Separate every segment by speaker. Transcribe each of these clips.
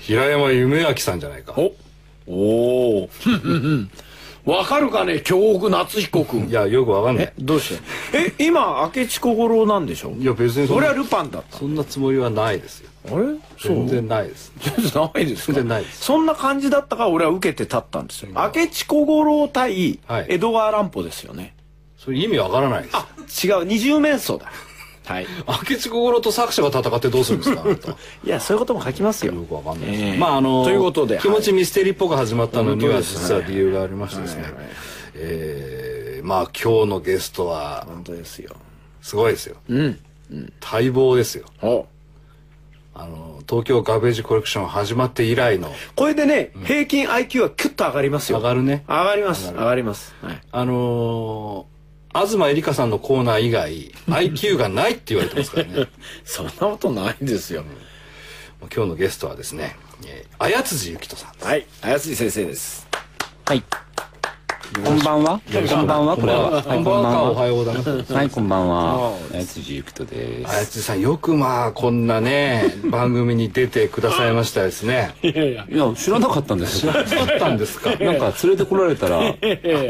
Speaker 1: 平山夢明さんじゃないか
Speaker 2: おおお わかるかね京極夏彦君
Speaker 1: いやよくわかんない
Speaker 2: えどうしてえ今明智小五郎なんでしょ
Speaker 1: いや別にそん
Speaker 2: 俺
Speaker 1: な
Speaker 2: はルパンだった
Speaker 1: そんなつもりはないですよ
Speaker 2: あれそう
Speaker 1: 全然ないです
Speaker 2: ないですか
Speaker 1: 全然ないです
Speaker 2: そんな感じだったから俺は受けて立ったんですよ明智小五郎対
Speaker 1: はい
Speaker 2: 江戸川乱歩ですよね、
Speaker 1: それ意味わからないです
Speaker 2: 違う二重面相だ はい
Speaker 1: 明智小五郎と作者が戦ってどうするんです かあなたよ
Speaker 2: いやそういうことも書きますよ
Speaker 1: くわかんないです、
Speaker 2: ええ
Speaker 1: まああの
Speaker 2: ということで
Speaker 1: 気持ちミステリーっぽく始まったのには
Speaker 2: 本当ですね
Speaker 1: 実は理由がありましてですね、
Speaker 2: はいはいはい
Speaker 1: えーまあ今日のゲストは
Speaker 2: 本当ですよ
Speaker 1: すごいですよ
Speaker 2: うん
Speaker 1: 待望ですよ
Speaker 2: お
Speaker 1: あの東京ガベージコレクション始まって以来の
Speaker 2: これでね、平均 IQ はキュッと上がりますよ
Speaker 1: 上がるね
Speaker 2: 上がります上がります、はい、
Speaker 1: あのー東えりかさんのコーナー以 外 IQ がないって言われてますからねもう
Speaker 2: そんなことないですよ、
Speaker 1: 今日のゲストはですね、えー、綾辻ゆきとさんです
Speaker 2: はい綾杉先生です
Speaker 3: はい。こんばんは。こんばんは。これは。は
Speaker 1: こ
Speaker 3: い、こ
Speaker 1: ん
Speaker 3: ん
Speaker 1: ば
Speaker 3: ばん
Speaker 1: んはお
Speaker 3: は。
Speaker 1: はようございます
Speaker 3: はい、こんばんは。え辻ゆきとで
Speaker 1: 綾
Speaker 3: す。
Speaker 1: 辻さんよくまあこんな ね番組に出てくださいましたですね
Speaker 3: いや、知らなかったんですよ。
Speaker 1: あったんですか
Speaker 3: なんか連れてこられたら、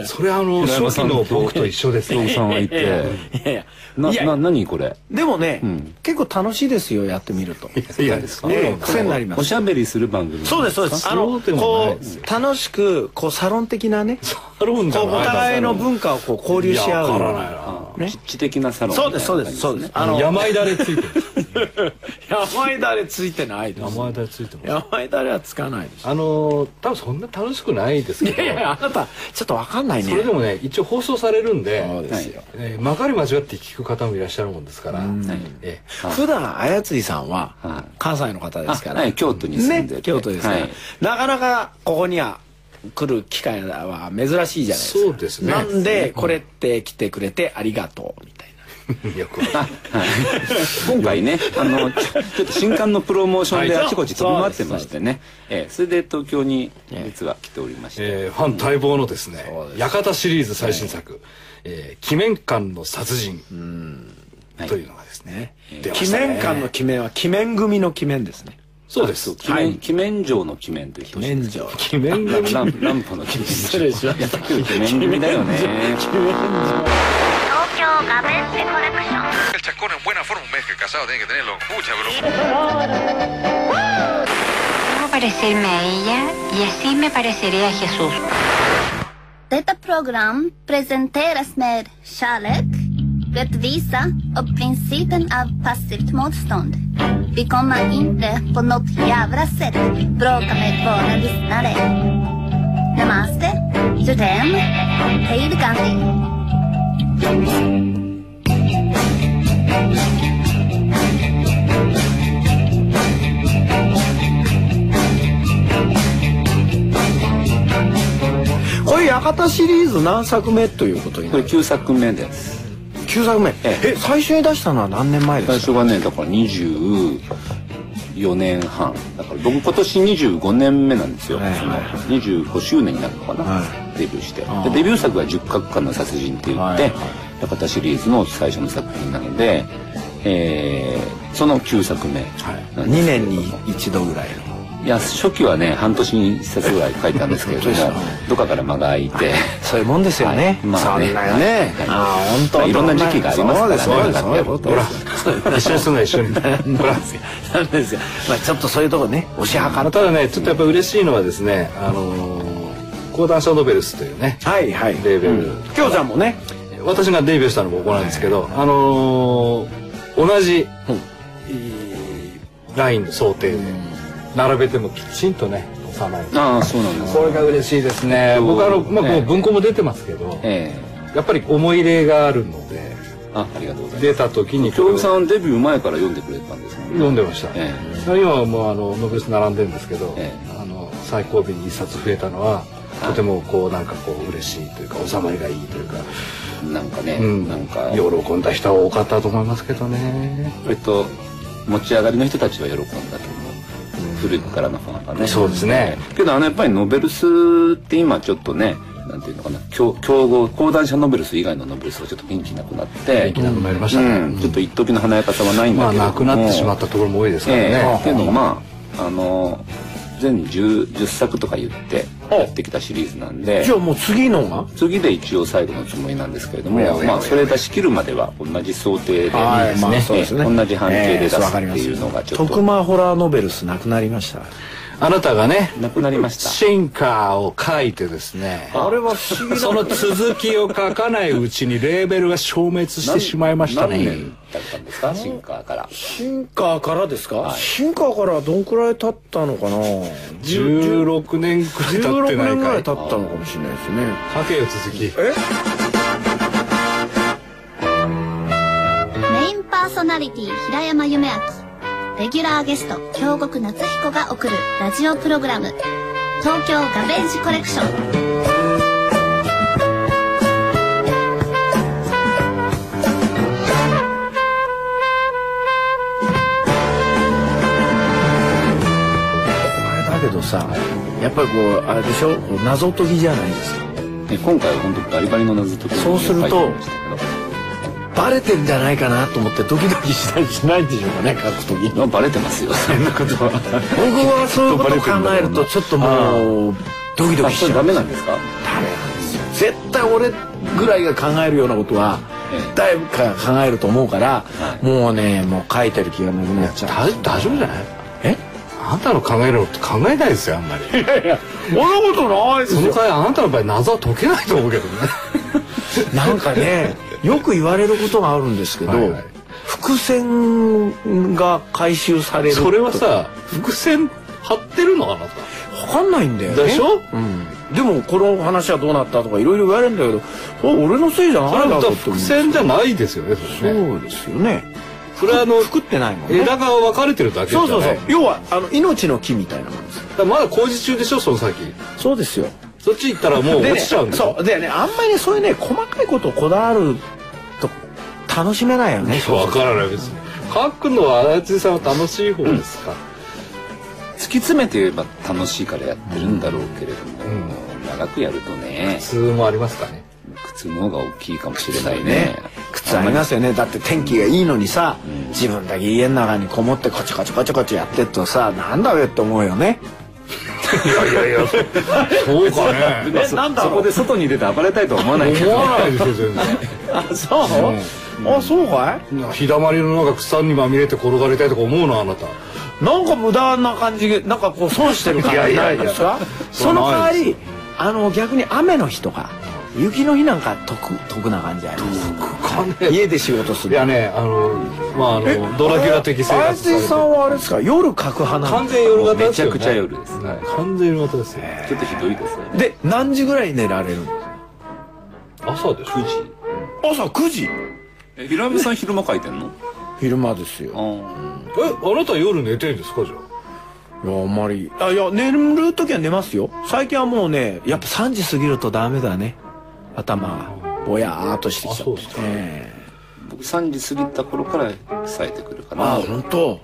Speaker 1: それあの
Speaker 3: 平山
Speaker 1: 初
Speaker 3: さ
Speaker 1: 期
Speaker 3: ん
Speaker 1: の僕と一緒です
Speaker 3: ロウ
Speaker 1: ね
Speaker 3: さんがいて、
Speaker 2: いやいや
Speaker 3: ない
Speaker 2: や、
Speaker 3: な、何これ。
Speaker 2: でもね、結構楽しいですよやってみると
Speaker 1: いやですか
Speaker 2: ええ癖になります
Speaker 3: おしゃべりする番組。
Speaker 2: そうですそうですあの
Speaker 1: そうでもない
Speaker 2: こ
Speaker 1: ですよ
Speaker 2: う楽しくこうサロン的なね
Speaker 1: あるんじ
Speaker 2: こ
Speaker 1: ゃ
Speaker 2: うお
Speaker 1: ない
Speaker 2: 互いの文化をこう交流し合
Speaker 1: い
Speaker 2: う
Speaker 1: や
Speaker 2: よ
Speaker 1: わ
Speaker 2: う
Speaker 1: からない
Speaker 2: な
Speaker 1: な
Speaker 2: ね
Speaker 3: 知知的なサロン。
Speaker 2: そうですそうですそうですあのや
Speaker 1: 山いだれついてる
Speaker 2: ばいだれついてないです
Speaker 1: 山いだれついてます
Speaker 2: やばいだれはつかないです
Speaker 1: あのー多分そんな楽しくないですけ
Speaker 2: い
Speaker 1: ど
Speaker 2: やいやあなたちょっとわかんないね
Speaker 1: それでもね一応放送されるんで
Speaker 2: そうですよ
Speaker 1: えー曲がり間違って聞く方もいらっしゃるもんですから、え
Speaker 2: 普段あやついさんは
Speaker 3: はい
Speaker 2: 関西の方ですから
Speaker 3: あはい京都に住んでて
Speaker 2: ね京都ですから
Speaker 3: はい
Speaker 2: なかなかここには来る機会は珍しいじゃないですか
Speaker 1: そうですね
Speaker 2: なんでこれって来てくれてありがとうみたいな
Speaker 1: え よく わかる
Speaker 3: 今回ね、あの、ちょちょっと新刊のプロモーションで
Speaker 1: はい
Speaker 3: あちこち飛び回ってましてね。ええ、それで東京に実は来ておりまして。
Speaker 1: えーファン待望のですね
Speaker 2: そうです
Speaker 1: 館シリーズ最新作「えー鬼面館の殺人」というのがですね出ま
Speaker 2: 鬼
Speaker 1: したね
Speaker 2: 面館の鬼面は鬼面組の鬼面ですね
Speaker 1: そうです
Speaker 3: 鬼面、鬼面城の鬼面という都市。
Speaker 2: 面上
Speaker 1: 鬼面
Speaker 3: ラ
Speaker 1: 組
Speaker 3: ンランランプの鬼面。
Speaker 2: 失礼しました
Speaker 3: 鬼面組だよね。
Speaker 4: 東京ガベッセコレクション
Speaker 5: El chacón en buena forma, un mes que casado tiene que tenerlo. Mucha bro.
Speaker 6: Debo parecerme a ella y así me pareceré a Jesús.
Speaker 7: Detta program presenteras med kärlek, rättvisa och principen av passivt motstånd. Vi kommer inte på något jävla sätt bråka med våra lyssnare. Namaste, Jodem, Hej Gandhi.
Speaker 2: これ屋形シリーズ何作目ということにな
Speaker 3: これ
Speaker 2: る
Speaker 3: 9作目です。
Speaker 2: 9作目え
Speaker 3: ええ
Speaker 2: 最初に出したのは何年前で
Speaker 3: 最
Speaker 2: すか
Speaker 3: 初がねだから24年半だから僕今年25年目なんですよ、
Speaker 2: はい
Speaker 3: その25周年になるのかな、デビューしてでデビュー作が「十角館の殺人」って言
Speaker 2: は
Speaker 3: っ
Speaker 2: いはい
Speaker 3: て館、館シリーズの最初の作品なので、えーその9作目な
Speaker 2: 2
Speaker 3: んですけれ
Speaker 2: 年
Speaker 3: ども、
Speaker 2: に一度ぐらいの
Speaker 3: いや初期はね半年に1冊ぐらい書いたんですけれどもどっかから間が空いて。
Speaker 2: そういうもんですよね
Speaker 3: まあね
Speaker 2: そんなよね
Speaker 3: はい
Speaker 2: ああ本当
Speaker 3: まあいろんな時期がありますからね
Speaker 2: そうですそうですそうです
Speaker 3: ほら
Speaker 1: 一緒にすんな一 緒にほら
Speaker 2: なんですよ、まあ、ちょっとそういうとこね推し量ると
Speaker 1: ただねちょっとやっぱ嬉しいのはですねあのー講談社ノベルスというね
Speaker 2: はいはい
Speaker 1: レーベル、
Speaker 2: 京ちゃんもね
Speaker 1: 私がデビューしたのもここなんですけど、あのー同じ、えーライン想定で並べてもきちんとね収まる
Speaker 3: ああそうなんです
Speaker 1: これが嬉しいですね
Speaker 3: そう
Speaker 1: 僕あの、まあ、こ
Speaker 3: え
Speaker 1: う
Speaker 3: え
Speaker 1: 文庫も出てますけど、
Speaker 3: え
Speaker 1: やっぱり思い入れがあるので
Speaker 3: えあありがとうございます
Speaker 1: 出た時に
Speaker 3: 京
Speaker 1: これを
Speaker 3: 極さんデビュー前から読んでくれたんですもんね
Speaker 1: 読んでました、
Speaker 3: え
Speaker 1: 今はもうあのノベルス並んでるんですけど、
Speaker 3: ええ
Speaker 1: あの最後尾に一冊増えたのはとてもこうなんかこう嬉しいというか収まりがいいというか、
Speaker 3: なんかね、
Speaker 1: うん、
Speaker 3: なんか、
Speaker 1: 喜んだ人は多かったと思いますけどね
Speaker 3: えっと、持ち上がりの人たちは喜んだけど、古くからのファンがね。
Speaker 1: そうですね。
Speaker 3: けど、あの、やっぱりノベルスって今ちょっとね、なんていうのかな競競合講談社ノベルス以外のノベルスがちょっと元気なくなって
Speaker 1: 元気なくなりましたね
Speaker 3: うんちょっと一時の華やかさはないんだ
Speaker 1: ま
Speaker 3: け
Speaker 1: あ
Speaker 3: れども
Speaker 1: なくなってしまったところも多いですからね、
Speaker 3: ええっていうのもまああの全 10, 10作とか言ってやってきたシリーズなんで
Speaker 8: じゃあもう次のが
Speaker 3: 次で一応最後のつもりなんですけれども
Speaker 2: おやおやおや
Speaker 3: まあそれ出し切るまでは同じ想定で、
Speaker 2: はい
Speaker 3: ええ
Speaker 2: まあそうですね
Speaker 3: 同じ半径で出す
Speaker 2: ええ
Speaker 3: っていうのがちょっ
Speaker 2: 特
Speaker 3: と
Speaker 2: 魔ホラーノベルスなくなりました
Speaker 1: あなたがね
Speaker 3: なくなりました
Speaker 1: シンカーを書いてですね
Speaker 3: あれは
Speaker 1: その続きを書かないうちにレーベルが消滅してしまいました
Speaker 3: 何
Speaker 1: ね
Speaker 3: 年だったんですかシンカーから
Speaker 8: シンカーからですか、
Speaker 2: シンカーからどんくらい経ったのかな
Speaker 1: 16年くらい経って
Speaker 2: 16
Speaker 1: ない
Speaker 2: 年ぐら
Speaker 1: か
Speaker 2: い
Speaker 1: い
Speaker 2: 経ったのかもしれないですね
Speaker 1: 書けよ続き
Speaker 7: メインパーソナリティ平山夢明レギュラーゲスト京極夏彦が送るラジオプログラム「東京ガベージコレクション」
Speaker 2: あれだけどさやっぱりこうあれでしょこう謎解きじゃないですか
Speaker 3: で今回は本当バリバリの謎解き
Speaker 2: そうすると
Speaker 3: 書いてましたけど
Speaker 2: バレてんじゃないかなと思ってドキドキしたりしないんでしょうかね書く時
Speaker 3: まあバレてますよそんなことは
Speaker 2: 僕はそういうことを考えるとちょっともうドキド
Speaker 3: あ
Speaker 2: キし
Speaker 3: そ
Speaker 2: ちゃ
Speaker 3: れダ
Speaker 2: う
Speaker 3: メなんですか
Speaker 2: 絶対俺ぐらいが考えるようなことは
Speaker 3: ええ
Speaker 2: 誰かが考えると思うから
Speaker 3: はい
Speaker 2: もうねもう書いてる気がなくなっちゃう
Speaker 1: 大大丈夫じゃない
Speaker 2: え
Speaker 1: あなたの考えるのって考えないですよあんま り
Speaker 8: そんなことないです
Speaker 1: その
Speaker 8: よ
Speaker 1: 代わりあなたの場合謎は解けないと思うけどね
Speaker 2: なんかねよく言われることがあるんですけど
Speaker 1: はいはい
Speaker 2: 伏線が回収される
Speaker 1: それは
Speaker 2: と
Speaker 1: さ伏線張ってるのあな
Speaker 2: わかんないんだよ
Speaker 1: た
Speaker 2: ね
Speaker 1: でしょ
Speaker 2: うんでもこの話はどうなったとかいろいろ言われるんだけどそれ俺のせいじゃ
Speaker 1: あ
Speaker 2: ないだ
Speaker 1: な
Speaker 2: ろ
Speaker 1: た
Speaker 2: うって思
Speaker 1: 伏
Speaker 2: う
Speaker 1: 線じゃないですよねそれね
Speaker 2: そうですよね
Speaker 1: それはあの
Speaker 2: 作ってないもんね
Speaker 1: 枝が分かれてるだけじゃ
Speaker 2: そ
Speaker 1: な
Speaker 2: う
Speaker 1: い
Speaker 2: そうそう要はあの命の木みたいなもんです
Speaker 1: だからまだ工事中でしょその先
Speaker 2: そうですよ
Speaker 1: そっち行ったらもう
Speaker 2: で
Speaker 1: 落
Speaker 2: ね
Speaker 1: ちちゃうんだよ
Speaker 2: そうでねあんまりねそういうね細かいことをこだわると楽しめないよね
Speaker 1: わからない別に書くのは足立さんは楽しい方ですか、
Speaker 3: 突き詰めて言えば楽しいからやってるんだろうけれども、長くやるとね
Speaker 1: 普通もありますかね
Speaker 3: 苦痛の方が大きいかもしれない
Speaker 2: ね
Speaker 3: ね
Speaker 2: 靴ありますよねだって天気がいいのにさ、自分だけ家の中にこもってこちょこちょこちょこちょやってっとさなんだよって思うよね
Speaker 1: そうかね
Speaker 3: そそこで外に出て暴れたいとは思 わないけど
Speaker 1: 思わないですよ全然
Speaker 2: あそう、あそうか
Speaker 1: 日だまりの中草にまみれて転がりたいとか思うのあなた
Speaker 2: いなんか無駄な感じなんかこう損してる感じないですかその代わりあの逆に雨の日とか雪の日なんか得得な感じあります家で仕事す
Speaker 1: い
Speaker 2: る
Speaker 1: やねあのまああのドラキュラ的生
Speaker 2: あい
Speaker 1: 活
Speaker 2: つさんはあれですか夜書く派なの
Speaker 1: 完全夜型ですよ、ね、
Speaker 3: めちゃくちゃ夜です
Speaker 1: はい、完全夜型ですよ
Speaker 3: ちょっとひどいですよね
Speaker 2: で何時ぐらいに寝られるの
Speaker 1: 朝でしょ
Speaker 3: 9時
Speaker 2: 朝9時
Speaker 3: え平山さん昼間書いてんの
Speaker 2: 昼間ですよ
Speaker 1: えあなた夜寝てるんですかじゃ
Speaker 2: いやあんまりあいや眠る時は寝ますよ最近はもうねやっぱ3時過ぎるとダメだね頭がぼやーっとしてきちゃって
Speaker 1: あそうですか
Speaker 2: え
Speaker 3: 僕3時過ぎた頃から冴えてくる
Speaker 2: えあ
Speaker 3: から
Speaker 2: 本当。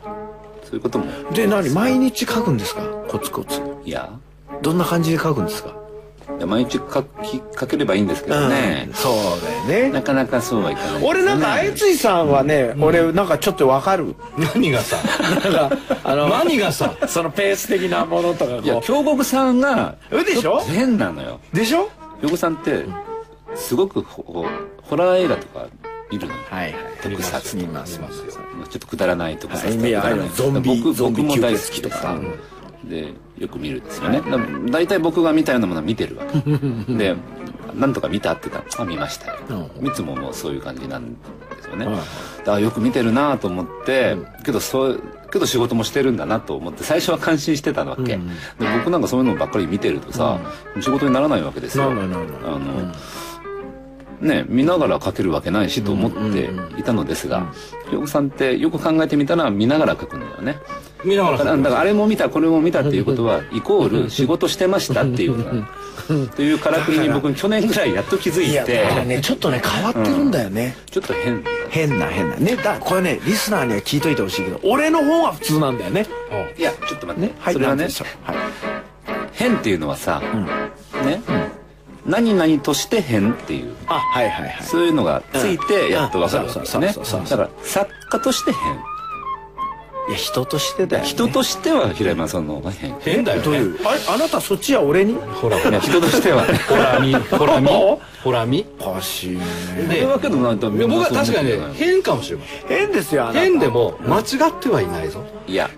Speaker 3: そういうことも
Speaker 2: で何毎日書くんですかコツコツ
Speaker 3: いや
Speaker 2: どんな感じで書くんですか、
Speaker 3: いや毎日書き書ければいいんですけどね
Speaker 2: うん、そうだよね
Speaker 3: なかなかそうはいかないですね
Speaker 2: 俺なんかあいついさんはね、俺なんかちょっとわかる
Speaker 1: あ何 がさ
Speaker 2: なんかあの
Speaker 1: 何がさ
Speaker 2: そのペース的なものとか
Speaker 3: いや
Speaker 2: こ
Speaker 3: 京極さんが
Speaker 2: うでしょ
Speaker 3: 変なのよ
Speaker 2: うでしょ
Speaker 3: 京極さんってすごくほほホラー映画とか見るの
Speaker 2: はいはい
Speaker 3: 特撮
Speaker 2: 見ます見ます
Speaker 3: ちょっとくだらないとか
Speaker 2: はい意味わかるよゾンビ
Speaker 3: 僕
Speaker 2: ゾンビ
Speaker 3: 僕も
Speaker 2: 吸血
Speaker 3: 大
Speaker 2: 鬼
Speaker 3: 好きと
Speaker 2: とか
Speaker 3: か、でよく見るんですよねだ大体僕が見たようなものは見てるわ けでなんとか見たって言ったらあ見ましたよ
Speaker 2: う
Speaker 3: いつももうそういう感じなんですよね
Speaker 2: はい
Speaker 3: だからよく見てるなと思ってけどそうけど仕事もしてるんだなと思って最初は感心してたわけ、で僕なんかそういうのばっかり見てるとさ、仕事にならないわけですよ
Speaker 2: ならないならない
Speaker 3: あの、ね、見ながら書けるわけないしと思っていたのですが、ヨコさんってよく考えてみたら見ながら書くんだよね。
Speaker 1: 見ながら
Speaker 3: だか
Speaker 1: さ
Speaker 3: ら、だからあれも見た、これも見たっていうことは、イコール仕事してましたっていうことなんだ。というからくりに僕去年ぐらいやっと気づ
Speaker 2: いや
Speaker 3: い
Speaker 2: だから
Speaker 3: て、
Speaker 2: ねちょっとね変わってるんだよね、
Speaker 3: ちょっと変。
Speaker 2: 変な変なねだからこれねリスナーには聞いといてほしいけど俺の方は普通なんだよね
Speaker 3: いや、ちょっと待って
Speaker 2: ね。はい
Speaker 3: それは
Speaker 2: なん
Speaker 3: ね
Speaker 2: でしょ、うはい
Speaker 3: 変っていうのはさ、ね、何々として変っていう
Speaker 2: あはいはいはい
Speaker 3: そういうのがついてやっと分かる
Speaker 2: うん
Speaker 3: わけですね
Speaker 2: そうそうそうそう
Speaker 3: だから作家として変
Speaker 2: いや人としてだよ、ね、
Speaker 3: 人としては平山さんの方が変
Speaker 1: 変だよ、ね、
Speaker 2: というあれあなたそっちや俺に
Speaker 1: ほらほ
Speaker 3: いや
Speaker 1: ら
Speaker 3: 人としてはね
Speaker 1: ほらみほらみ ほらみ
Speaker 2: おかしいね
Speaker 1: で
Speaker 3: わけでもないと
Speaker 1: 僕は確かにね変かもしれません
Speaker 2: 変ですよあなた
Speaker 1: 変でも間違ってはいないぞ
Speaker 3: いや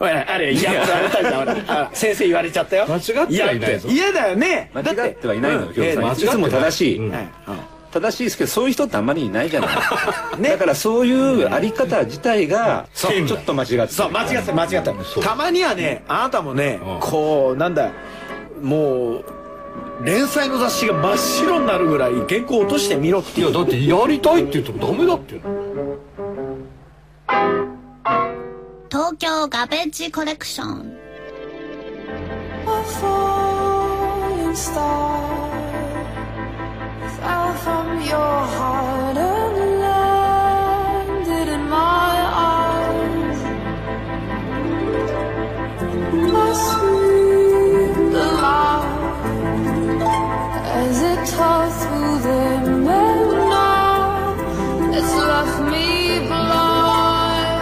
Speaker 8: ほらあれいやほらあなたほらあら先生言われちゃったよ
Speaker 1: 間違ってはいないぞ
Speaker 2: 嫌だよねだ
Speaker 3: 間違ってはいないの
Speaker 2: だ
Speaker 3: よ
Speaker 2: って
Speaker 3: 京子さん
Speaker 1: 間違
Speaker 3: い
Speaker 1: っては
Speaker 3: つも正しい、
Speaker 1: うん
Speaker 2: はいうん
Speaker 3: 正しいですけどそういう人ってあんまりいないじゃないですか、だからそういうあり方自体がち
Speaker 1: そう
Speaker 3: ょっと間違ってる
Speaker 2: そう間違った間違った
Speaker 1: そう
Speaker 2: たまにはねあなたもね
Speaker 1: うん
Speaker 2: こうなんだもう連載の雑誌が真っ白になるぐらい原稿落としてみろって
Speaker 1: いやだってやりたいって言ってもダメだって
Speaker 7: 東京ガベージコレクション
Speaker 9: A falling star fell from your heart and landed in my arms. My sweet love, as it tore through the midnight, it's left me blind.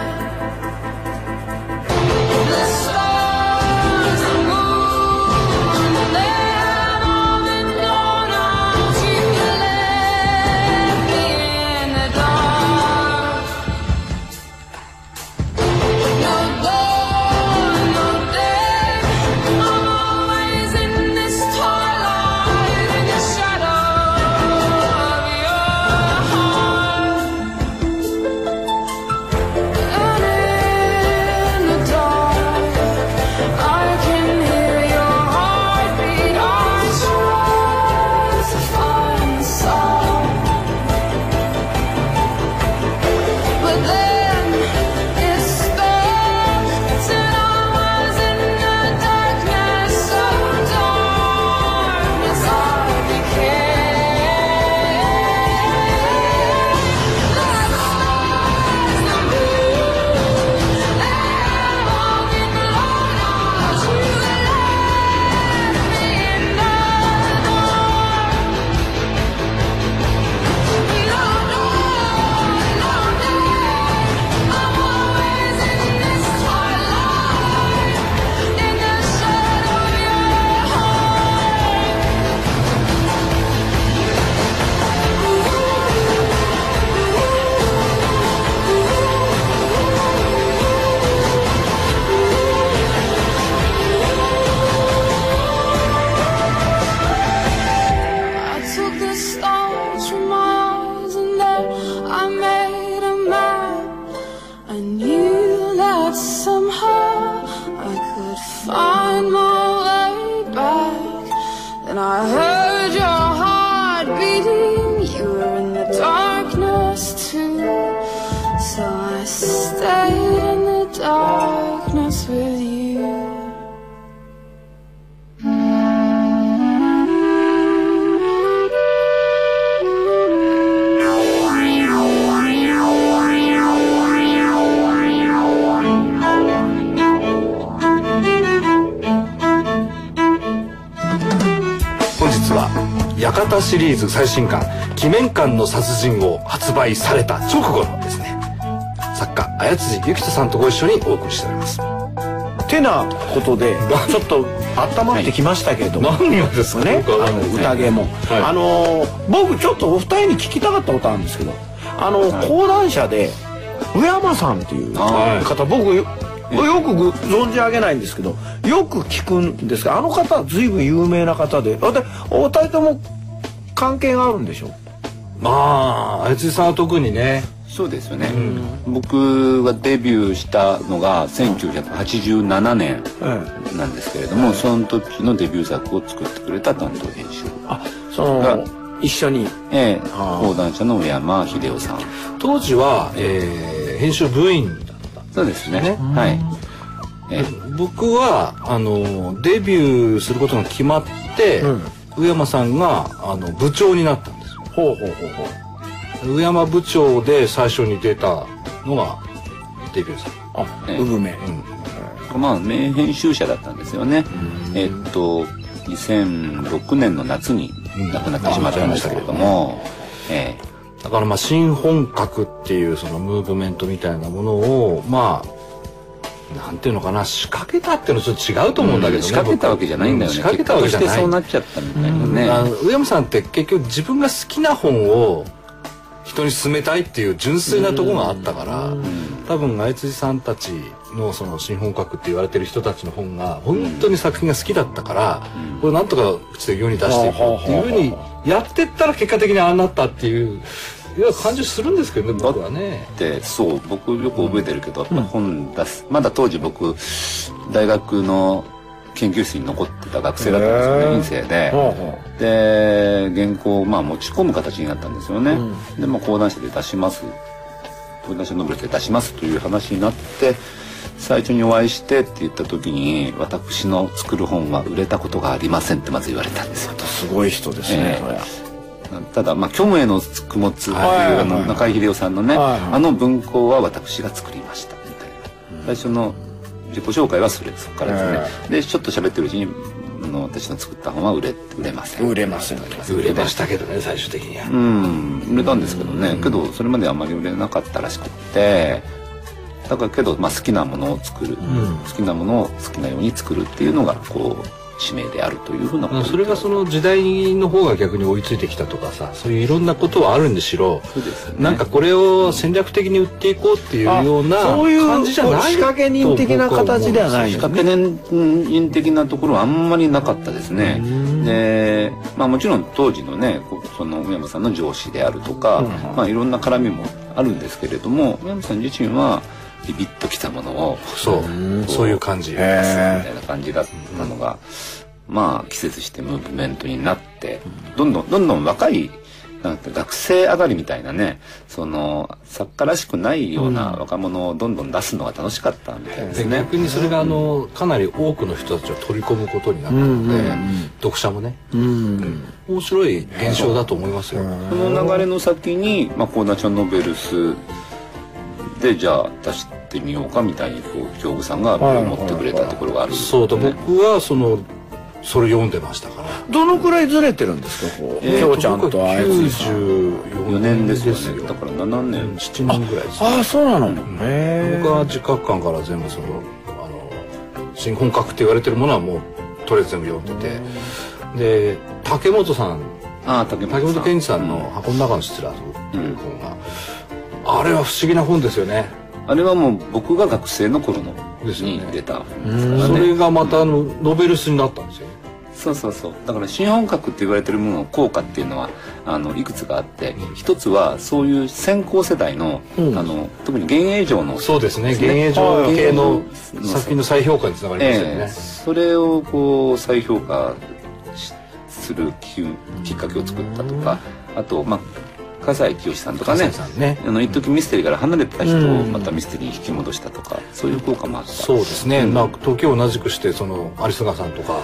Speaker 9: The stars and moon, they had all been known until you left me in the dark. No dawn, no day. I'm always in this twilight, in the shadow of your heart. And in the dark, I can hear your heartbeat. I try to find the sound, but then it's there. And I was in the darkness of darkness. I became. I took the stones from my eyes and then I made a map. I knew that somehow I could find my way back. Then I heard your heart beating, you were in the darkness too. So I stayed in the darkness with you.
Speaker 1: 「本日は館シリーズ最新刊「鬼面館の殺人号」発売された直後のですね作家綾辻ゆきとさんとご一緒にお送りしております
Speaker 2: てなこと でちょっと温まってきましたけれども
Speaker 1: 何がです
Speaker 2: ね
Speaker 1: ね、
Speaker 2: あの宴も、
Speaker 1: はい
Speaker 2: あのー僕ちょっとお二人に聞きたかったことあるんですけどあの、講談社で上山さんっていう
Speaker 3: はい
Speaker 2: 方僕よよくご存じ上げないんですけどよく聞くんですがあの方は随分有名な方であでお二人とも関係があるんでしょ
Speaker 1: まあ綾辻さんは特にね
Speaker 3: そうですよね、僕がデビューしたのが1987年なんですけれども、その時のデビュー作を作ってくれた担当編集
Speaker 2: あその一緒に
Speaker 3: ええ
Speaker 2: あー
Speaker 3: 講談社の上山秀夫さん
Speaker 1: 当時は、えー編集部員だった
Speaker 3: そうですねはいええ
Speaker 1: 僕はあのデビューすることが決まって、上山さんがあの部長になったんですよ
Speaker 2: ほうほうほうほう
Speaker 1: 上山部長で最初に出たのがデビュー作
Speaker 2: あ、
Speaker 3: ええ
Speaker 2: 産め、
Speaker 3: まあ名編集者だったんですよねえっと2006年の夏に亡くなってしまったんですけれども、え
Speaker 1: だからまあ新本格っていうそのムーブメントみたいなものをまあなんていうのかな仕掛けたっていうのはちょっと違うと思うんだけどね、
Speaker 3: え仕掛けたわけじゃないんだよね。
Speaker 1: う仕掛けたわけじゃない
Speaker 3: 結果としてそうなっちゃったみたいなね。
Speaker 1: あの上山さんって結局自分が好きな本を人に勧めたいっていう純粋なところがあったから多分あいつじさんたちのその新本格って言われてる人たちの本が本当に作品が好きだったからこれなんとか口で世に出していこうっていうふうにやってったら結果的にああなったっていういや感じするんですけどね僕はね。
Speaker 3: ってそう僕よく覚えてるけど、本出すまだ当時僕大学の研究室に残ってた学生だったんですよね院生で、で原稿をまあ持ち込む形になったんですよね、でまあ講談社で出します講談社ノベルで出しますという話になって最初にお会いしてって言った時に私の作る本は売れたことがありませんってまず言われたんですよ
Speaker 2: すごい人です
Speaker 3: ええただ、まあ、虚無への供物っていう、あの、中井秀夫さんのね、あの文庫は私が作りました、みたいな。最初の自己紹介はそれ、そこからですね。で、ちょっと喋ってるうちに、あの、私の作った本は売れ、売れません。
Speaker 2: 売れません
Speaker 1: 売れましたけどね最終的には。
Speaker 3: うん、売れたんですけどね。けど、それまであんまり売れなかったらしくって、だからけど、まあ、好きなものを作る、好きなものを好きなように作るっていうのが、こう、使命であるというふうなこと
Speaker 1: うんそれがその時代の方が逆に追いついてきたとかさそういういろんなことはあるんでしろ
Speaker 3: そうですね
Speaker 1: なんかこれを戦略的に売っていこうっていうような
Speaker 2: そういう
Speaker 1: 感じじゃない
Speaker 2: こう仕掛け人的な形ではない
Speaker 3: 仕掛け人的なところはあんまりなかったですね。で、まあもちろん当時のね、こその上山さんの上司であるとか、まあいろんな絡みもあるんですけれども、上山さん自身はビビッときたものを、
Speaker 1: そうそういう感じ、
Speaker 3: 出すみたいな感じだったのが、まあ季節してムーブメントになって、どんどんどんどん若いなんて学生上がりみたいなねその作家らしくないような若者をどんどん出すのが楽しかったみたいです
Speaker 1: で
Speaker 3: ね。
Speaker 1: 逆にそれがあのかなり多くの人たちを取り込むことになったので、読者もね、面白い現象だと思いますよ、
Speaker 3: その流れの先に、まあ、コーナチャノベルスでじゃあ出してみようかみたいにこう京部さんが持ってくれたところがあるんです
Speaker 1: そうだ僕はそのそれ読んでましたから
Speaker 2: どのくらいずれてるんですかこう、きょうちゃんとあやつさん
Speaker 1: 94
Speaker 3: 4年ですよねだ
Speaker 1: か
Speaker 3: から7
Speaker 1: ら
Speaker 3: 年
Speaker 1: 7年ぐらいです
Speaker 2: ああそうなの、へ
Speaker 1: 僕は自覚館から全部そのあの新本格って言われてるものはもうとりあえず全部読んでてで竹本さん
Speaker 3: ああ竹
Speaker 1: 竹
Speaker 3: 本
Speaker 1: 本健二さん
Speaker 3: う
Speaker 1: の「箱の中のシツラーズ」っていう本が、あれは不思議な本ですよね。
Speaker 3: あれはもう僕が学生の頃の
Speaker 1: ですよね
Speaker 3: に出た
Speaker 1: それがまたあのノベルスになったんですよね。
Speaker 3: そうそうそうだから新本格って言われてるものの効果っていうのはあのいくつかあって一つはそういう先行世代の,、あの特に現役上の
Speaker 1: そうですね。現影上系の
Speaker 3: はい
Speaker 1: 作品の再評価につながりますよ
Speaker 3: ええ
Speaker 1: ね。
Speaker 3: それをこう再評価しするききっかけを作ったとかあとまあ笠井清さんとかね
Speaker 1: 笠井さんね
Speaker 3: あの一時ミステリーから離れてた人をまたミステリーに引き戻したとかそういう効果もあった
Speaker 1: そうですね。
Speaker 3: ん
Speaker 1: まあ時を同じくしてその有栖川さんとか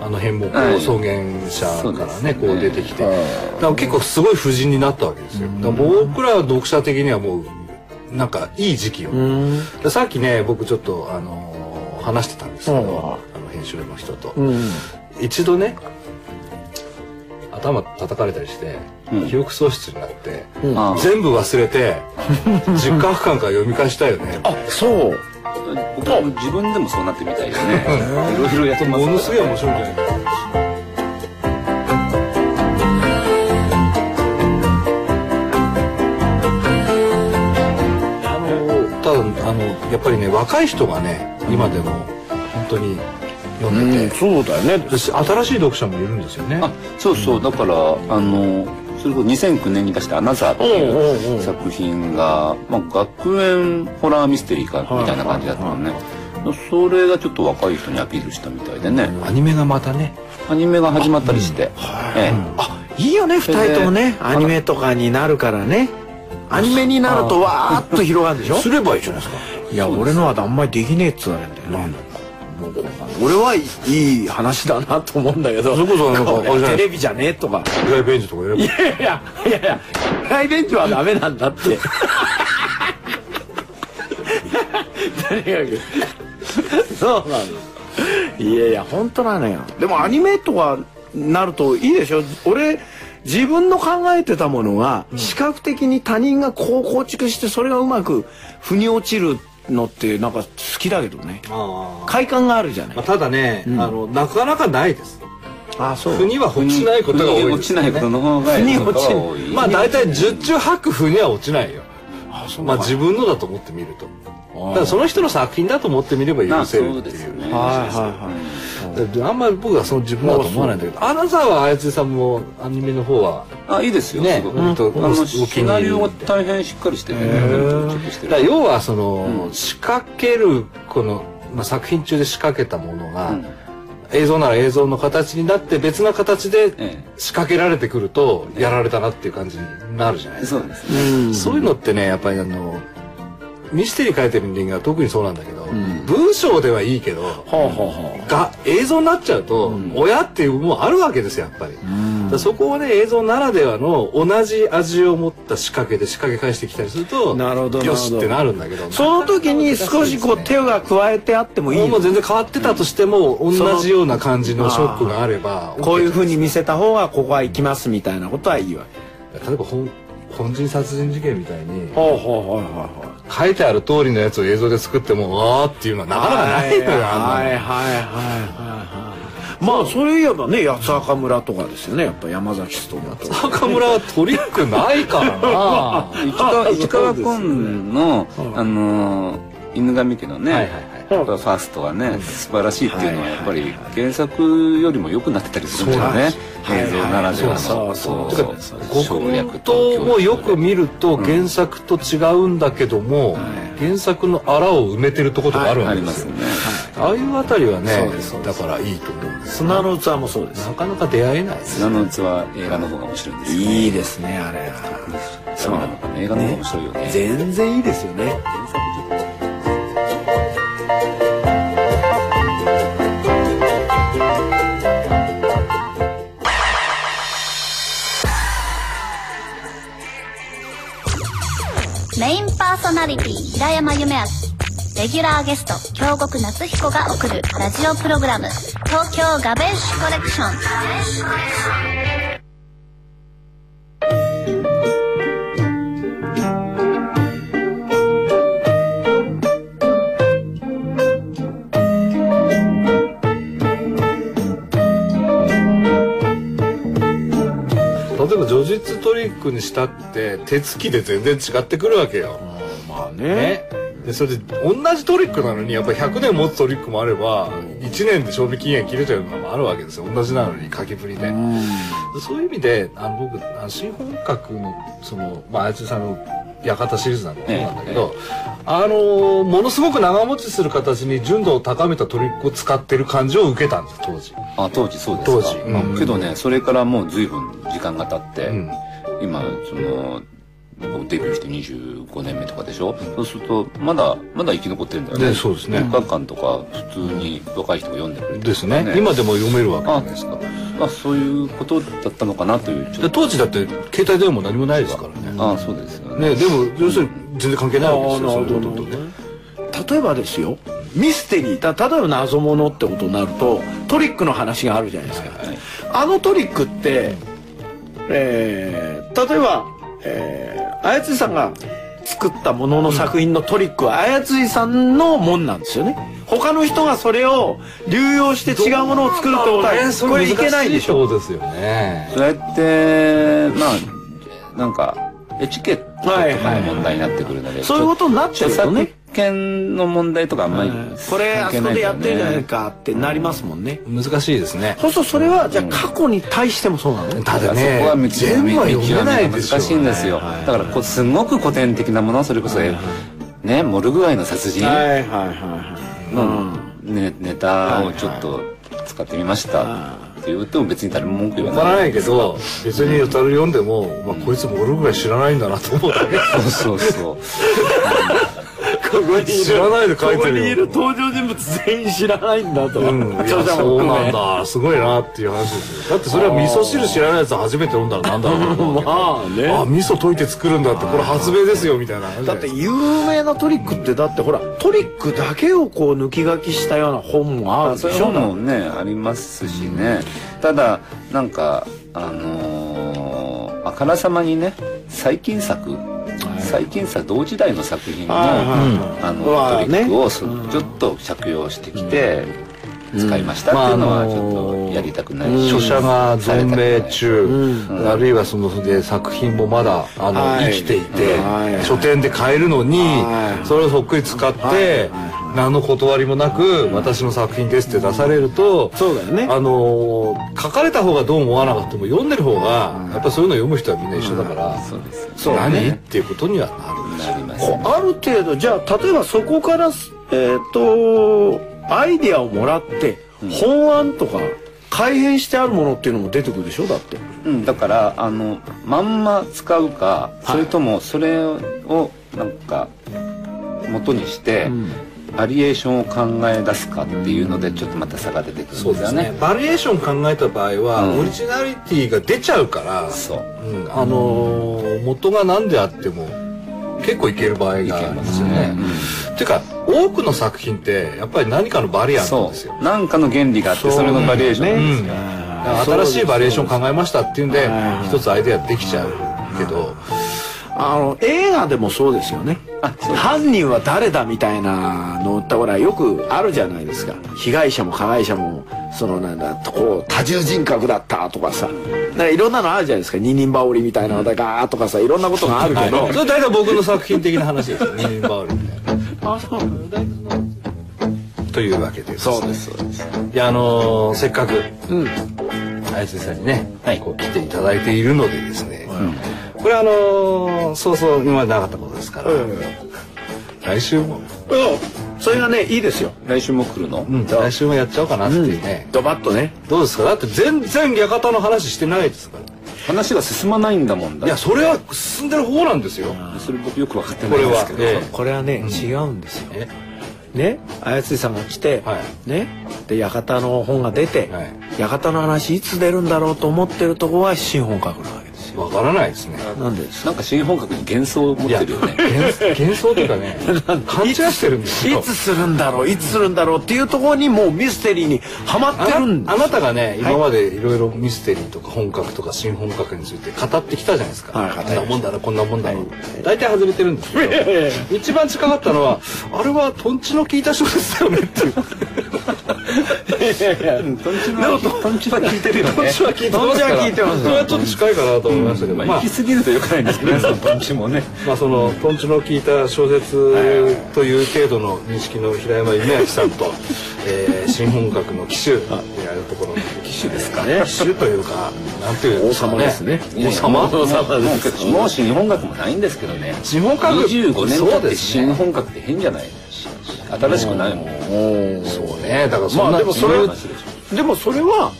Speaker 1: あの辺もこう
Speaker 3: はい
Speaker 1: 草原者か
Speaker 3: そうで
Speaker 1: ら
Speaker 3: す
Speaker 1: ね
Speaker 3: ね
Speaker 1: こう出てきて、だから結構すごい布陣になったわけですよ。だから僕らは読者的にはもうなんかいい時期を。でさっきね僕ちょっとあのー話してたんですけど、あの編集の人と、一度ね頭叩かれたりして、記憶喪失になって、
Speaker 3: ああ
Speaker 1: 全部忘れて 実感不感から読み返したよね。
Speaker 2: あそう
Speaker 3: 僕も自分でもそうなってみたいよねいろいろやってます
Speaker 1: ものすごい
Speaker 3: 面
Speaker 1: 面白いんじゃないあのただあのやっぱりね若い人がね今でも本当に読んでて、
Speaker 2: そうだよね
Speaker 1: 私新しい読者もいるんですよね
Speaker 3: あそうそうだからあのそれこそ2009年に出した「アナザー」っていう作品が、まあ、学園ホラーミステリーかみたいな感じだったのねそれがちょっと若い人にアピールしたみたいでね
Speaker 1: アニメがまたね
Speaker 3: アニメが始まったりしてえ
Speaker 2: いいよね2
Speaker 3: それで
Speaker 2: 人ともねアニメとかになるからねアニメになるとわーっと広がるでしょ
Speaker 1: すればいいじゃないですか
Speaker 2: いや俺のはあんまりできねえっつうのよなんだ俺はいいい話だなと思うんだけど
Speaker 1: それこそなんかあれじゃないですか
Speaker 2: テレビじゃねえとか
Speaker 1: 意外ベンジとかやれば
Speaker 2: いやいやいやいやライベンジはダメなんだって何がそうなのいやいや本当なのよでもアニメとかなるといいでしょ俺自分の考えてたものが視覚的に他人がこう構築してそれがうまく腑に落ちるのってなんか好きだけどね
Speaker 1: ああ
Speaker 2: 快感があるじゃない
Speaker 1: まあ、ただね、
Speaker 2: うん
Speaker 1: あのなかなかないです
Speaker 2: あそ
Speaker 1: 腑には落ちないことが多い
Speaker 3: 落
Speaker 1: で
Speaker 3: ち
Speaker 1: す
Speaker 3: ないことの方が
Speaker 2: 腑に落ちない
Speaker 3: 多い
Speaker 1: まあ大体十中八九腑には落ちないよ
Speaker 2: そう
Speaker 1: まあ
Speaker 2: なんだ
Speaker 1: 自分のだと思ってみるとだからその人の作品だと思ってみれば
Speaker 3: ま
Speaker 1: 許
Speaker 3: あ
Speaker 1: せる
Speaker 3: そう
Speaker 1: って
Speaker 3: で
Speaker 1: い
Speaker 3: す
Speaker 1: う
Speaker 3: よね
Speaker 2: はいはいはい
Speaker 1: であんまり僕はその自分だと思わないんだけどアナザーはあやつさんもアニメの方は
Speaker 3: あいいですよ、
Speaker 1: ね
Speaker 3: すごく
Speaker 1: うん
Speaker 3: あのシナリオ
Speaker 1: お
Speaker 3: は
Speaker 1: 気に入り
Speaker 3: 大変しっかりしてるねちょっとして
Speaker 1: だ
Speaker 3: る
Speaker 1: から要はその、
Speaker 3: うん
Speaker 1: 仕掛けるこの、まあ、作品中で仕掛けたものが、
Speaker 3: うん
Speaker 1: 映像なら映像の形になって別な形で
Speaker 3: え
Speaker 1: 仕掛けられてくるとやられたなっていう感じになるじゃない
Speaker 3: え
Speaker 1: ですか。
Speaker 3: そうです
Speaker 1: そういうのってねやっぱりあのミステリー書いてる人間は特にそうなんだけど、文章ではいいけど
Speaker 2: ほうほうほ
Speaker 1: が映像になっちゃうと、親っていうもんあるわけですよやっぱり。だからそこをね映像ならではの同じ味を持った仕掛けで仕掛け返してきたりすると
Speaker 2: なるほどなるほど
Speaker 1: よしってなるんだけど
Speaker 2: うその時に少しこう手が加えてあってもいい
Speaker 1: も
Speaker 2: の
Speaker 1: う全然変わってたとしても、同じような感じのショックがあれば
Speaker 2: こういう風に見
Speaker 1: せ
Speaker 2: せた方がここは行きますみたいなことはいいわけ
Speaker 1: 例えば本本人殺人事件みたいに
Speaker 2: ほうほうほうほうほう
Speaker 1: 書いてある通りのやつを映像で作ってもあーっていうのはなかなかないのよあんな
Speaker 2: はいはい
Speaker 1: の
Speaker 2: はいはいはいまあそれ言えばね八つ墓村とかですよねやっぱ山崎ストーンだと
Speaker 1: 中村はトリックないから な
Speaker 3: 市川市川昆の、あのー犬神家のね、
Speaker 1: はいはい
Speaker 3: やっぱファーストはね素晴らしいっていうのはやっぱり原作よりも良くなってたりするんですよね映像ならではの
Speaker 2: そうそう
Speaker 3: こう省略
Speaker 1: 極東もよく見ると
Speaker 3: ん
Speaker 1: 原作と違うんだけども、原作のあらを埋めてるとことがある
Speaker 3: あ
Speaker 1: わけ
Speaker 3: り
Speaker 1: で
Speaker 3: ますす
Speaker 1: よ、
Speaker 3: ね、
Speaker 1: ああいうあたりはね
Speaker 2: そうですそうで
Speaker 1: だ
Speaker 2: す
Speaker 1: からいいと思うんです
Speaker 2: 砂の器もそうです
Speaker 1: なかなか出会えないです
Speaker 3: 砂の器は映画の方が面白いんですよ
Speaker 2: いいですねあれ
Speaker 3: そうなのかね映画の方が面白いよね
Speaker 2: 全然いいですよね
Speaker 7: メインパーソナリティ平山夢明レギュラーゲスト京極夏彦が送るラジオプログラム「東京ガベッシュコレクション」
Speaker 1: 例えば叙述トリックにしたって手つきで全然違ってくるわけよ、
Speaker 2: まあね
Speaker 1: ね、でそれで同じトリックなのにやっぱ100年持つトリックもあれば1年で賞味期限切れちゃうのもあるわけですよ同じなのに書きぶりでそういう意味であの僕あの新本格のその、まああいつさんの館シリーズなんかもそうなんだけど、あのーものすごく長持ちする形に純度を高めたトリックを使ってる感じを受けたんです当時。
Speaker 3: あ当時そうです
Speaker 1: 当
Speaker 3: か
Speaker 1: 時うん
Speaker 3: あけどねそれからもう随分時間が経って、
Speaker 1: うん
Speaker 3: 今その僕デビューして25年目とかでしょ、そうするとまだまだ生き残ってるんだよね
Speaker 1: ねそうですね
Speaker 3: 1間とか普通に若い人が読んでくれてる
Speaker 1: ですね今でも読めるわけじゃ
Speaker 3: あ
Speaker 1: ないですか。
Speaker 3: あそういうことだったのかなというちょ
Speaker 1: で
Speaker 3: っと
Speaker 1: 当時だって携帯電話も何もないですからね。
Speaker 3: あそうですよね
Speaker 1: ねでも要するに全然関係ないわけですよ。そういうこととね
Speaker 2: 例えばですよミステリーだ例えば謎物ってことになるとトリックの話があるじゃないですか、
Speaker 3: い
Speaker 2: あのトリックって、えー例えば、えー、あやついさんが作ったものの作品のトリックはあやついさんのもんなんですよね他の人がそれを流用して違うものを作るってことはこれいけないでしょ
Speaker 1: そうですよね。
Speaker 3: そうやってまあなんかエチケットとかの問題になってくるので、
Speaker 2: そういうことになっちゃう
Speaker 3: 著
Speaker 2: とね
Speaker 3: 作権の問題とかあんまり
Speaker 2: これあ
Speaker 3: 関係
Speaker 2: そこ
Speaker 3: ないん
Speaker 2: で
Speaker 3: だ
Speaker 2: や
Speaker 3: よ
Speaker 2: ってるじゃない
Speaker 3: ね
Speaker 2: かってなりますもんね、
Speaker 1: 難しいですね。
Speaker 2: そうするとそれはじゃあ過去に対してもそうなの、
Speaker 1: ただ
Speaker 3: だからそ
Speaker 1: ね
Speaker 3: こは見、極
Speaker 1: 全
Speaker 3: め
Speaker 1: 部は
Speaker 3: 見
Speaker 1: 読
Speaker 3: 極
Speaker 1: め
Speaker 3: め
Speaker 1: ない
Speaker 3: が
Speaker 1: でしょ。
Speaker 3: 難しいんですよだからこうすごく古典的なものそれこそねモルグアイの殺人
Speaker 2: はいはいはいはい、
Speaker 3: のねネタをちょっと使ってみましたって言うと別に誰も文句言
Speaker 1: わ
Speaker 3: わない
Speaker 1: からないけど、別にたる読んでも、まあこいつも俺ぐらい知らないんだなと思うだけ。
Speaker 3: そうそうそう。
Speaker 2: ここにいる
Speaker 1: 知らないで書いてるよ
Speaker 2: ここにいる登場人物全員知らないんだと、
Speaker 1: うん、いやそうなんだすごいなっていう話ですよだってそれは味噌汁知らないやつ初めて飲んだらなんだろうなと思う
Speaker 2: まあね
Speaker 1: あ味噌溶いて作るんだってこれ発明ですよみたいな話
Speaker 2: だって有名なトリックってだってほらトリックだけをこう抜き書きしたような本もあるでし
Speaker 3: そういう
Speaker 2: ょ
Speaker 3: のもねありますしね、ただなんかあのーあからさまにね最近作最近さ同時代の作品の,、あ
Speaker 2: うわね
Speaker 3: のトリックをそちょっと着用してきて使いましたっていうのはちょっとやりたくないし
Speaker 1: 著者が存命中、
Speaker 3: うん
Speaker 1: あるいはそので作品もまだあの、
Speaker 2: はい
Speaker 1: 生きていて、
Speaker 2: はい
Speaker 1: 書店で買えるのに、
Speaker 2: はい
Speaker 1: それをそっくり使って、何の断りもなく、私の作品ですって出されると、
Speaker 2: そうだよね
Speaker 1: あのー書かれた方がどう思わなくても読んでる方が、やっぱそういうの読む人はみんな一緒だから、
Speaker 3: そうです
Speaker 2: そうだ
Speaker 1: 何、
Speaker 2: ね
Speaker 1: っていうことにはなる。
Speaker 3: なります
Speaker 2: こうある程度じゃあ例えばそこからすえっ、とアイディアをもらって本案とか改変してあるものっていうのも出てくるでしょだって
Speaker 3: うん、だからあのまんま使うか、それともそれをなんか元にして、バリエーションを考え出すかっていうのでちょっとまた差が出てくるんです
Speaker 1: そう
Speaker 3: よ
Speaker 1: です
Speaker 3: ね
Speaker 1: ね。バリエーション考えた場合は、
Speaker 3: うん
Speaker 1: オリジナリティが出ちゃうから、
Speaker 3: そう
Speaker 1: うん、あのー元が何であっても結構いける場合がありますよね。ていうか多くの作品ってやっぱり何かのバリアなん
Speaker 3: そ
Speaker 1: ですよ。
Speaker 3: うなんかの原理があってそれのバリエーションなんですよ、
Speaker 1: 新しいバリエーション考えましたっていうんで一つアイデアできちゃうけど
Speaker 2: あの映画でもそうですよね
Speaker 3: あそう
Speaker 2: 犯人は誰だみたいなのってほらよくあるじゃないですか被害者も加害者もそのなんだこう多重人格だったとかさなんかいろんなのあるじゃないですか二人羽織みたいなのだガーッとかさいろんなことがあるけど、
Speaker 1: それ大体僕の作品的な話ですよ。二人バウルみたいな。
Speaker 2: あそう
Speaker 1: というわけで
Speaker 2: そうです
Speaker 1: いやあのーせっかく、あいつさんにね、こう来ていただいているのでですね、これあのーそうそう今までなかったことですから、来週も、
Speaker 2: うんそれがねいいですよ
Speaker 3: 来週も来るの、
Speaker 1: うん、来週もやっちゃおうかなっていうね、
Speaker 2: ドバッとね
Speaker 1: どうですかだって全然館の話してないですから
Speaker 3: 話が進まないんだもんだ
Speaker 1: いやそれは進んでる方なんですよ
Speaker 3: それ僕よく分かって
Speaker 1: こ
Speaker 3: ない
Speaker 1: れ
Speaker 3: んで
Speaker 1: は
Speaker 3: すけ、ど
Speaker 1: え
Speaker 2: これはね、違うんですよ
Speaker 1: え
Speaker 2: ね綾瀬さんが来て、
Speaker 1: は
Speaker 2: ねで館の本が出て、
Speaker 1: はい
Speaker 2: 館の話いつ出るんだろうと思ってるとこは新本格なわけですよ
Speaker 1: わからないですね
Speaker 2: なんでです
Speaker 3: なんか新本格に幻想を持ってるよね
Speaker 1: 幻幻想というかね 勘違いしてるんですよ
Speaker 2: いつするんだろういつするんだろうっていうところにもうミステリーにはまって
Speaker 1: あ
Speaker 2: るん
Speaker 1: な
Speaker 2: だ
Speaker 1: あなたがね今までいろいろミステリーとか本格とか新本格について語ってきたじゃないですか、
Speaker 2: はい語り
Speaker 1: こん
Speaker 2: ました
Speaker 1: なもんだなこんなもんだろう大体外れてるんですけど一番近かったのはあれはトンチの効いた人ですよねっていう
Speaker 3: トンチはトンチは聞いてるよ
Speaker 1: トン
Speaker 3: ね
Speaker 1: チは効いてますから
Speaker 2: トンチは効いてます
Speaker 1: それはちょっと近いかなと思いましたけど、
Speaker 3: ま
Speaker 1: ま
Speaker 3: あ
Speaker 1: あ
Speaker 3: 行き過ぎるとよくないんですけどねそのトンチもね
Speaker 1: まあそのトンチの効いた小説という程度の認識の平山夢明さ んと、えー新本格の騎手であるところの騎手ですかね騎手というかなんていうんですかね
Speaker 2: 王様ですね
Speaker 1: 王様
Speaker 3: もうもう新本格もないんですけどね
Speaker 1: 新本格
Speaker 3: 25年
Speaker 1: そ
Speaker 3: 経
Speaker 1: う
Speaker 3: って
Speaker 1: ですね
Speaker 3: 新本格って変じゃない新しくないもん
Speaker 1: そうねだからそんな、
Speaker 2: まあでもそれ
Speaker 1: うん
Speaker 2: でもそれは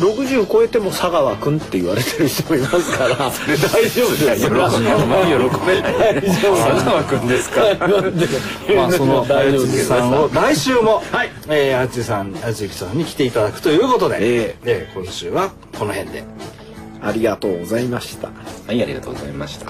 Speaker 2: 60超えても佐川君って言われてる人もいますから大丈夫ですよ
Speaker 3: 喜べない佐川君ですか
Speaker 1: ま あそのあやつきさんを来週も、
Speaker 2: はい
Speaker 1: えー、あやつきさんあやつきさんに来ていただくということで
Speaker 2: え、
Speaker 1: えー今週はこの辺で。
Speaker 2: ありがとうございました
Speaker 3: はいありがとうございました